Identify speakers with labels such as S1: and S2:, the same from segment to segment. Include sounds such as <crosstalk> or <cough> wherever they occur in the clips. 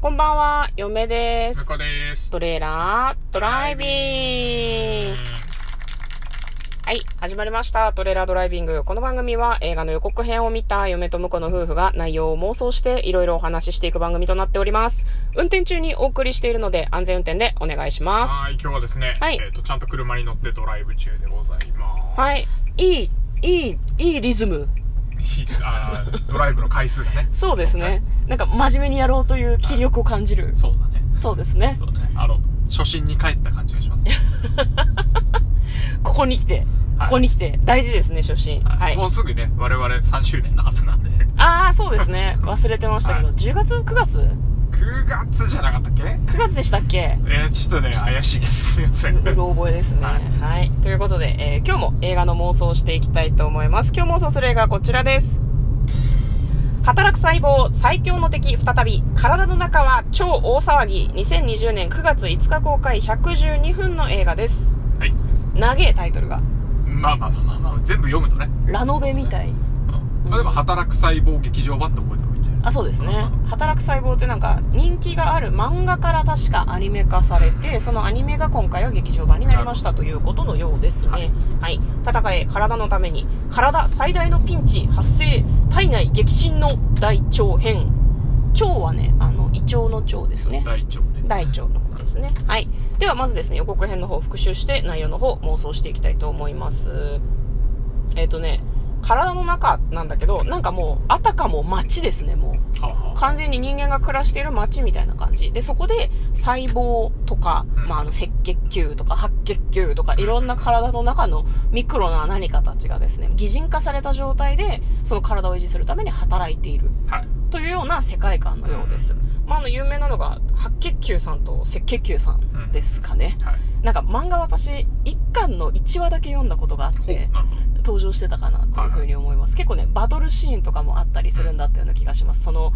S1: こんばんは、嫁で
S2: 中
S1: す。
S2: です。
S1: トレーラードライビング。はい、始まりました。トレーラードライビング。この番組は映画の予告編を見た嫁と婿の夫婦が内容を妄想していろいろお話ししていく番組となっております。運転中にお送りしているので安全運転でお願いします。
S2: はい、今日はですね、
S1: はい
S2: えっ、と、ちゃんと車に乗ってドライブ中でございます。
S1: はい。いい、いい、いいリズム。
S2: いいです。 <laughs> あードライブの回数がね。
S1: そうですね。なんか真面目にやろうという気力を感じる。
S2: そうだね。
S1: そうですね。
S2: そうだね。あの、初心に帰った感じがします、ね。
S1: ここに来て、
S2: はい
S1: ここに来て、大事ですね、初心。はい
S2: も。うすぐね、我々3周年の明日なんで。
S1: ああ、そうですね。忘れてましたけど、
S2: はい
S1: 10月 ?9 月 ?9
S2: 9月じゃなかったっけえ
S1: 月でしたっけ
S2: ー、ちょっとね、怪しいです。すいません。
S1: うろ覚えですね。は
S2: はいい、
S1: ということで、えー今日も映画の妄想をしていきたいと思います。今日妄想する映画はこちらです。働く細胞、最強の敵、再び、体の中は超大騒ぎ、2020年9月5日公開112分の映画です。
S2: はい。
S1: 長えタイトルが。
S2: まあまあまあまあまあ、全部読むとね。
S1: ラノベみたい。
S2: うんまあでも、働く細胞劇場版って覚えた方がいいんじゃない
S1: あ、そうですね。働く細胞ってなんか、人気がある漫画から確かアニメ化されて、そのアニメが今回は劇場版になりましたということのようですね。はい。戦え、体のために、体最大のピンチ発生、体内激震の大腸編。腸はね、あの、胃腸の腸ですね。
S2: 大腸ね。
S1: 大腸のことですね。はい。では、まずですね、予告編の方を復習して、内容の方妄想していきたいと思います。えっ、とね、体の中なんだけど、なんかもう、あたかも街ですね、もう。
S2: はあはあ
S1: 完全に人間が暮らしている街みたいな感じ。で、そこで細胞とか、
S2: うん
S1: まあ、あの、赤血球とか白血球とか、いろんな体の中のミクロな何かたちがですね、擬人化された状態で、その体を維持するために働いている。
S2: はい。
S1: というような世界観のようです。まあ、あの、有名なのが、白血球さんと赤血球さんですかね。
S2: はい。
S1: なんか漫画私、一巻の1話だけ読んだことがあっ
S2: ほう、
S1: て、
S2: なるほど。
S1: 登場してたかなというふうに思います、結構ねバトルシーンとかもあったりするんだったような気がしますその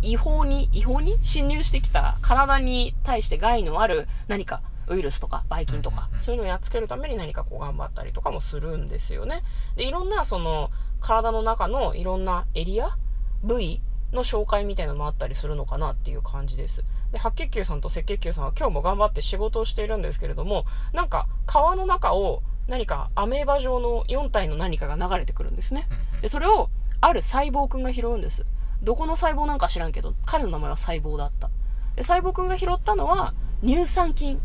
S1: 違法に違法に侵入してきた体に対して害のある何かウイルスとかばい菌とか
S2: うんうんうん
S1: そういうのをやっつけるために何かこう頑張ったりとかもするんですよねでいろんなその体の中のいろんなエリア部位の紹介みたいなのもあったりするのかなっていう感じですで白血球さんと赤血球さんは今日も頑張って仕事をしているんですけれどもなんか川の中を何かアメーバ状の4体の何かが流れてくるんですね
S2: うんうん
S1: でそれをある細胞くんが拾うんですどこの細胞なんか知らんけど彼の名前は細胞だったで細胞くんが拾ったのは乳酸菌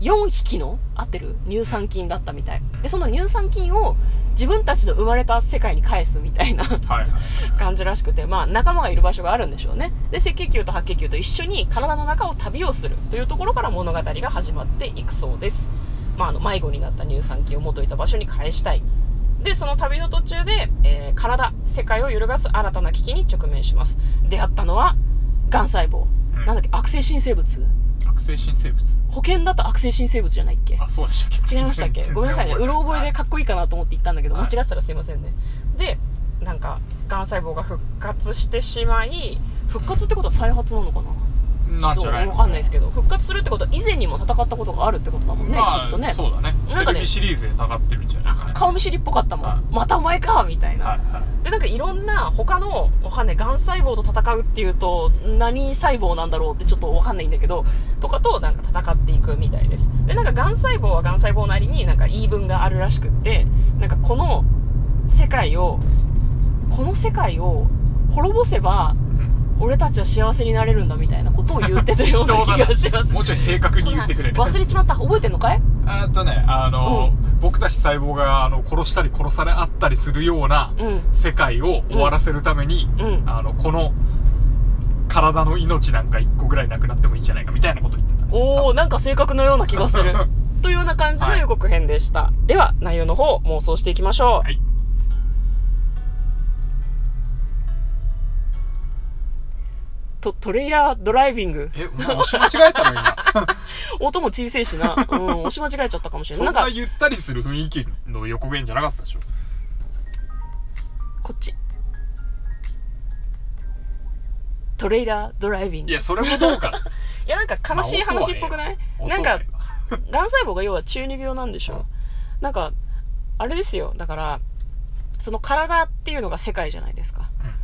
S1: 4匹の合ってる乳酸菌だったみたいでその乳酸菌を自分たちの生まれた世界に返すみたいな
S2: はいはいはい。
S1: 感じらしくて、まあ、仲間がいる場所があるんでしょうね。で、赤血球と白血球と一緒に体の中を旅をするというところから物語が始まっていくそうです。まあ、あの、迷子になった乳酸菌を元いた場所に返したい。で、その旅の途中で、えー体、世界を揺るがす新たな危機に直面します。出会ったのは、癌細胞。
S2: うん
S1: なんだっけ、悪性新生物
S2: 悪性新生物
S1: 保険だと悪性新生物じゃないっけ
S2: あそうでしたっけ
S1: 違いましたっけ
S2: 全然
S1: ごめんなさいね。うろ覚えでかっこいいかなと思って言ったんだけど、
S2: はい
S1: 間違ってたらすいませんね。で、なんか、がん細胞が復活してしまい、復活ってことは再発なのかな、
S2: はいなん
S1: ち
S2: じ
S1: ょ
S2: ゃ
S1: っ
S2: ない
S1: とわかんないですけど、復活するってことは以前にも戦ったことがあるってことだもんね、
S2: まあ
S1: きっとね。
S2: そうだね
S1: なんかね
S2: テレビシリーズで戦ってるんじゃないですかね
S1: 顔見知りっぽかったもん。
S2: はい
S1: またお前かみたいな。
S2: はいはい
S1: で、なんかいろんな他の、わかんない、がん細胞と戦うっていうと、何細胞なんだろうってちょっとわかんないんだけど、とかとなんか戦っていくみたいです。で、なんかがん細胞はがん細胞なりになんか言い分があるらしくって、なんかこの世界を、この世界を滅ぼせば、
S2: うん
S1: 俺たちは幸せになれるんだみたいなことを言ってたような
S2: 適当だ
S1: 気
S2: な
S1: がします。
S2: <laughs> もうちょい正確に言ってくれる
S1: 忘れちまった。覚えてんのかい
S2: えっとねあの僕たち細胞があの殺したり殺されあったりするような
S1: うん。
S2: 世界を終わらせるために
S1: うん
S2: あのこの体の命なんか一個ぐらいなくなってもいいんじゃないかみたいなこと言ってたね
S1: おおなんか性格のような気がす
S2: <laughs>
S1: るというような感じの予告編でした、では内容の方妄想していきましょう、
S2: はい
S1: とトレーラードライビング
S2: え、もう押し間違えたの今。
S1: 音も小さいし
S2: <laughs>
S1: な、うん、押し間違えちゃったかもしれ
S2: そ
S1: ないなんんか
S2: なゆったりする雰囲気の横弁じゃなかったでしょ。
S1: こっちトレーラードライビング
S2: い
S1: いや
S2: や、それもどうかな。
S1: なんか悲しい話っぽくない、 <laughs> なんか
S2: 音は
S1: がん細胞が要は中二病なんでしょ、なんかあれですよだからその体っていうのが世界じゃないですか、
S2: ええわ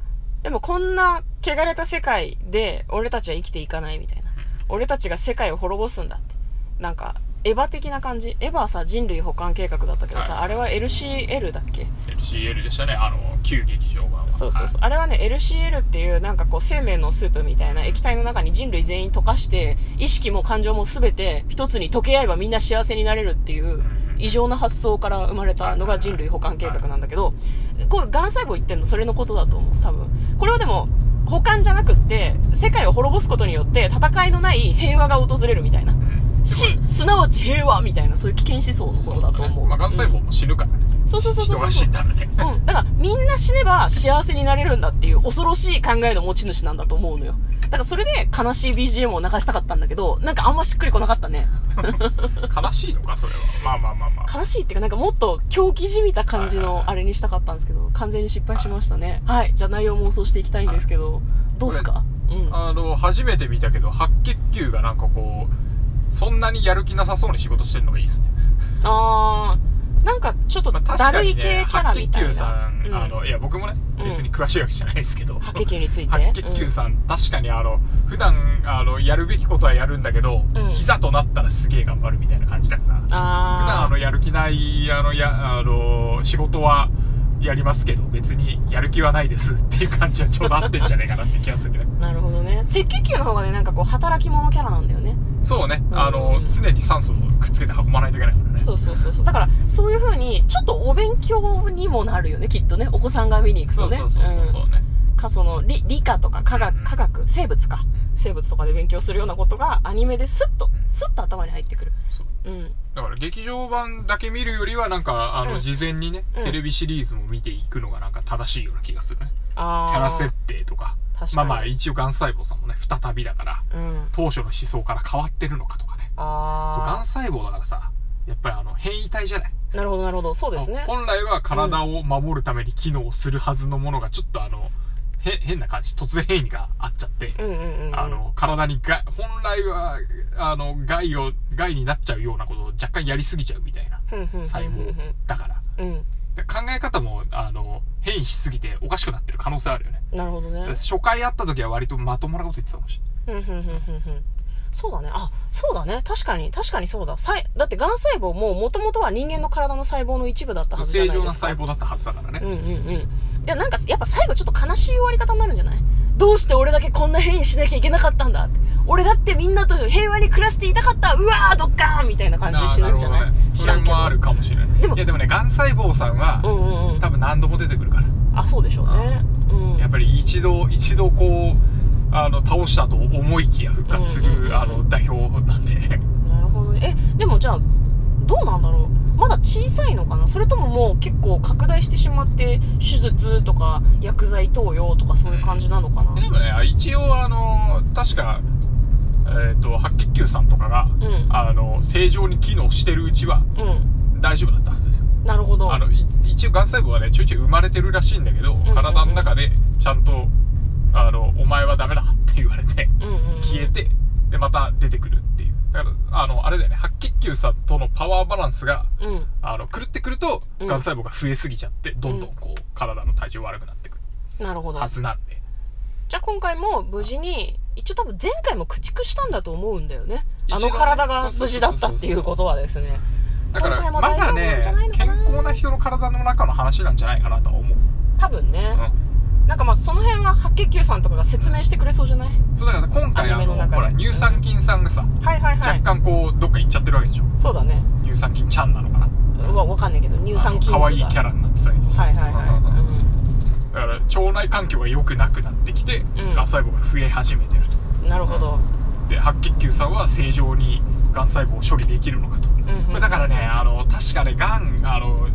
S1: でもこんな汚れた世界で俺たちは生きていかないみたいな。俺たちが世界を滅ぼすんだって。なんか、エヴァ的な感じ。エヴァはさ、人類保管計画だったけどさ、
S2: はい
S1: あれは LCL だっけ
S2: LCL でしたねあの旧劇場版は
S1: そうそうそう。あれはね、LCL っていうなんかこう生命のスープみたいな液体の中に人類全員溶かして、意識も感情も全て一つに溶け合えばみんな幸せになれるっていう異常な発想から生まれたのが人類保管計画なんだけど、こう、癌細胞言ってんのそれのことだと思う、多分。これはでも、保管じゃなくって、世界を滅ぼすことによって戦いのない平和が訪れるみたいな。
S2: うん
S1: 死、すなわち平和みたいな、そういう危険思想のことだと思う。
S2: まあ、癌細胞も死ぬからね。
S1: そうそうそうそうそう。
S2: 人が死んだらね。
S1: うん、だからみんな死ねば幸せになれるんだっていう恐ろしい考えの持ち主なんだと思うのよ。だからそれで悲しい BGM を流したかったんだけど、なんかあんましっくりこなかったね。
S2: 悲しいのか、それは。まあまあまあまあ。
S1: 悲しいっていうかなんかもっと狂気じみた感じ
S2: はいはい
S1: の
S2: はい
S1: あれにしたかったんですけど、完全に失敗しましたね。はい。じゃあ内容妄想していきたいんですけど、どうすかうん。
S2: あの、初めて見たけど、白血球がなんかこう、そんなにやる気なさそうに仕事してるのがいいっすね。
S1: あー、なんかちょっと
S2: まあ、
S1: だ
S2: 確か
S1: るい
S2: に
S1: 系
S2: ね、
S1: キャラ
S2: 白
S1: み
S2: 血
S1: たいな。
S2: 球さん、
S1: うん
S2: あの、いや、僕もね、
S1: うん
S2: 別に詳しいわけじゃないですけど。
S1: 白血球について。
S2: 白血球さん、確かにあの、普段、あの、やるべきことはやるんだけど、
S1: うん
S2: いざとなったらすげえ頑張るみたいな感じだから。
S1: うん。
S2: 普段あ
S1: あ
S2: のやる気ないあのやあの仕事はやりますけど別にやる気はないですっていう感じはちょうど合ってんじゃねえかなって気がするね
S1: <laughs> ー、なるほどね。赤血球の方がね、なんかこう働き者キャラなんだよね。
S2: そうねあ
S1: う
S2: の
S1: ん
S2: 常に酸素をくっつけて運ばないといけないからね
S1: そうそうそうそう。だから、そういう風に、ちょっとお勉強にもなるよね、きっとね。お子さんが見に行く
S2: そ
S1: と
S2: う
S1: ね。
S2: そうそうそうそうね、
S1: うんか、その、理、理科とか科学、科学、生物か。生物とかで勉強するようなことが、アニメでスッと、スッと頭に入ってくる。
S2: そう
S1: うん。
S2: だから劇場版だけ見るよりはなんかあ
S1: う
S2: の
S1: ん
S2: 事前にね、
S1: うん
S2: テレビシリーズも見ていくのがなんか正しいような気がするね
S1: あ
S2: キ
S1: ー
S2: ャラ設定とか
S1: 確
S2: ま
S1: か
S2: あ
S1: に
S2: まあ一応癌細胞さんもね再びだから
S1: うん。
S2: 当初の思想から変わってるのかとかねそう癌
S1: あ
S2: 細胞だからさやっぱりあの変異体じゃない
S1: あ。なるほど、なるほど。そうですね。
S2: 本来は体を守るために機能するはずのものがちょっとあの、へ変な感じ突然変異があっちゃって、
S1: うんうんうんうん。
S2: あ、の体にが本来はあの害を害になっちゃうようなことを若干やりすぎちゃうみたいな
S1: ふんふんふ
S2: 細
S1: んふ
S2: 胞
S1: んふ
S2: だから
S1: ん。うん。
S2: で考え方もあの変異しすぎておかしくなってる可能性あるよね
S1: なるほどね
S2: だから。初回会った時は割とまともなこと言ってたかもしれない
S1: ふんふんふんふんふんそうだね。あ、そうだね。確かに、確かにそうだ。細だって、癌細胞も、もともとは人間の体の細胞の一部だったはずじゃ
S2: 正
S1: ないですか。
S2: 常な細胞だったはずだからね、
S1: うんうんうん。で、なんか、やっぱ最後ちょっと悲しい終わり方になるんじゃないどうして俺だけこんな変異しなきゃいけなかったんだって。俺だってみんなと平和に暮らしていたかったうわードッカーンみたいな感じで死ぬんじゃない
S2: あーるほどね
S1: 知
S2: そ
S1: ら
S2: れ
S1: んけど。
S2: もあるかもしれない
S1: でも
S2: いやでもね癌細胞さんは、
S1: うんうんうん。
S2: 多分何度も出てくるから
S1: あ、そうでしょうね。うん。
S2: やっぱり一度、一度こう、あの、倒したと思いきや復活する、
S1: うんうんうん
S2: あの、代表なんで。
S1: なるほどね。え、でもじゃあ、どうなんだろうまだ小さいのかなそれとももう結構拡大してしまって、手術とか薬剤投与とかそういう感じなのかな、
S2: でもね、一応あの、確か、えっ、と、白血球さんとかが、
S1: うん
S2: あの、正常に機能してるうちは
S1: うん。
S2: 大丈夫だったはずですよ。
S1: なるほど。
S2: あの、い一応、癌細胞はね、ちょいちょい生まれてるらしいんだけど、
S1: うん
S2: 体の中で、ちゃんと、あの、お前はダメだって言われて、
S1: うんうんうん、
S2: 消えて、で、また出てくるっていう。だから、あの、あれだよね、白血球さんとのパワーバランスが、
S1: うん。
S2: あの、狂ってくると、
S1: うん
S2: 癌細胞が増えすぎちゃって、どんどんこう、体の体調悪くなってく
S1: なるほ
S2: る
S1: ど。
S2: はずなんで。
S1: じゃあ今回も無事に、一応多分前回も駆逐したんだと思うんだよね。
S2: 一応
S1: あ
S2: ね
S1: の体が無事だったっていうことはですね。
S2: だか
S1: 今
S2: ら、
S1: 回も
S2: ま
S1: 大丈
S2: だ
S1: 夫なん
S2: ね
S1: じゃないの、か
S2: 健
S1: な
S2: 康な人の体の中の話なんじゃないかなとは思う。
S1: 多分ね。
S2: う
S1: なんかまあその辺は白血球さんとかが説明してくれそうじゃない
S2: ん。そうだから今回
S1: ア
S2: あ
S1: ニメの
S2: の、
S1: 中で
S2: ほら、乳酸菌さんがさ、
S1: はいはいは
S2: 若
S1: い。
S2: 干こう、どっか行っちゃってるわけでしょ。
S1: そうだね。
S2: 乳酸菌ちゃんなのかな。
S1: うわ、わかんないけど、乳酸菌数
S2: あの
S1: が。
S2: 可愛いキャラになってたけど。
S1: はいはいは
S2: だから、腸内環境が良くなくなってきて、
S1: うん
S2: 癌細胞が増え始めてる
S1: い。うん。なるほど。
S2: と。で、白血球さんは正常に癌細胞を処理できるのかと。
S1: うん、
S2: ま
S1: う
S2: あ
S1: ん。
S2: だからね、あの、確かね、がん、あの、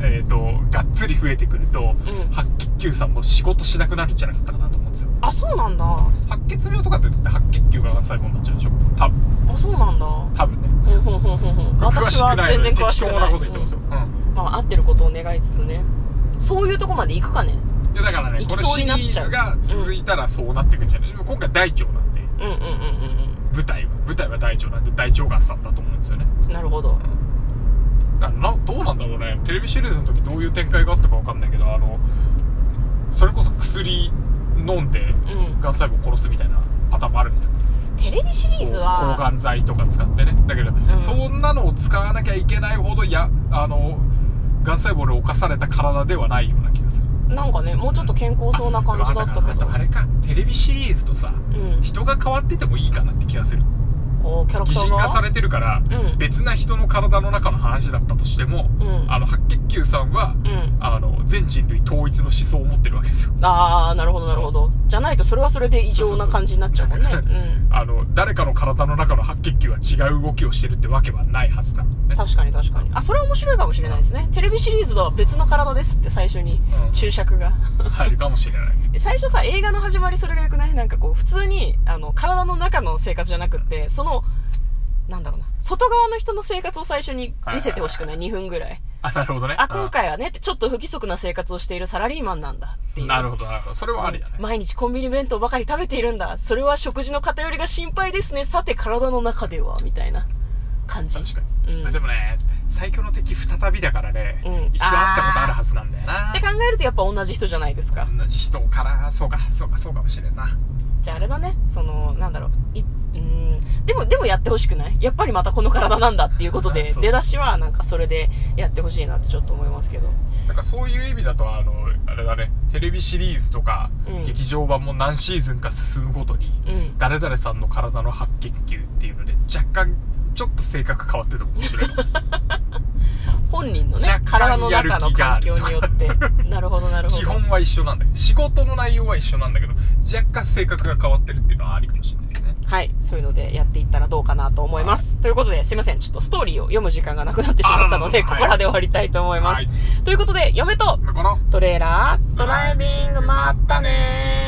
S2: えっ、と、がっつり増えてくると、
S1: うん
S2: 白血球さんも仕事しなくなるんじゃなかったかなと思うんですよ。
S1: あ、そうなんだ。
S2: 白血病とかって白血球ががん細胞になっちゃうでしょ多分、
S1: あ、そう
S2: <laughs>
S1: なんだ。
S2: 多分ね。
S1: ほんほんほんほんほん。私は全然詳しくない。
S2: 適当なこと言ってますよ。
S1: うんまあ合ってることを願いつつね。そういうとこまで行くかね。
S2: うん。いや、だからね、
S1: 行
S2: こ
S1: き
S2: れ
S1: そうに
S2: シリ
S1: なっちゃう
S2: ーズが続いたらそうなってくんじゃない、でも今回大腸なんで、
S1: うんうんうんうん
S2: 舞台は、舞台は大腸なんで、大腸がんさんだと思うんですよね。
S1: うん。なるほど。
S2: だからなどうなんだろうねテレビシリーズの時どういう展開があったかわかんないけどあのそれこそ薬飲んで
S1: うん
S2: がん細胞殺すみたいなパターンもあるみたいな
S1: テレビシリーズ
S2: 抗
S1: は
S2: がん剤とか使ってねだけど、
S1: ん
S2: そんなのを使わなきゃいけないほどやあのがん細胞に侵された体ではないような気がする
S1: なんかねもうちょっと健康そうな感じだったけ
S2: あと
S1: ど
S2: あれかテレビシリーズとさ
S1: うん
S2: 人が変わっててもいいかなって気がする
S1: おキャラク
S2: 擬
S1: ター
S2: 人
S1: が
S2: 化されてるから、
S1: うん
S2: 別な人の体の中の話だったとしても、
S1: うん
S2: あの白血球さんは、
S1: うん
S2: あの全人類統一の思想を持ってるわけですよ
S1: ああなるほどなるほどじゃないとそれはそれで異常な感じになっちゃうもんね
S2: そうそうそう
S1: う
S2: あの誰かの体の中の白血球は違う動きをしてるってわけはないはずなのね
S1: ん確かに確かにあそれは面白いかもしれないですねテレビシリーズとは別の体ですって最初に
S2: うん
S1: 注釈
S2: <laughs>
S1: が
S2: 入るかもしれない
S1: 最初さ映画の始まりそれがよくないなんかこう普通にあの体の中の生活じゃなくってそのなんだろうな外側の人の生活を最初に見せてほしくない2分ぐらい
S2: あなるほどね
S1: あ今回はねちょっと不規則な生活をしているサラリーマンなんだっていう
S2: なるほどなるほどそれはありだね、
S1: 毎日コンビニ弁当ばかり食べているんだそれは食事の偏りが心配ですねさて体の中ではみたいな感じ
S2: 確かに、
S1: うん、っ
S2: でもね最強の敵再びだからね、
S1: うん
S2: 一度会ったことあるはずなんだよな
S1: て考えるとやっぱ同じ人じゃないですか
S2: 同じ人からそうかそうかそうかもしれんな
S1: じゃああれだねそのなんだろういうんでもでもやってほしくないやっぱりまたこの体なんだっていうこと
S2: あそう
S1: で
S2: そう
S1: 出だしはなんかそれでやってほしいなってちょっと思いますけど
S2: なんかそういう意味だとあのあれだねテレビシリーズとか、
S1: うん
S2: 劇場版も何シーズンか進むごとに、
S1: うん
S2: 誰々さんの体の白血球っていうので若干ちょっと性格変わってても面
S1: <laughs>
S2: 白いかも
S1: 本人のね
S2: 若干
S1: 体の中の環境によって
S2: やる気があ
S1: <laughs>
S2: る
S1: なるほどなるほ
S2: 基
S1: ど
S2: 本は一緒なんだけど仕事の内容は一緒なんだけど若干性格が変わってるっていうのはありかもしれないですね
S1: はい。そういうのでやっていったらどうかなと思います。ということで、すいません。ちょっとストーリーを読む時間がなくなってしまったので、
S2: あ
S1: こ
S2: ら
S1: こ
S2: らら
S1: らで終わりたいと思います。
S2: はい
S1: ということで、嫁と
S2: 向こうの
S1: トレーラー、ドライビング、まったねー。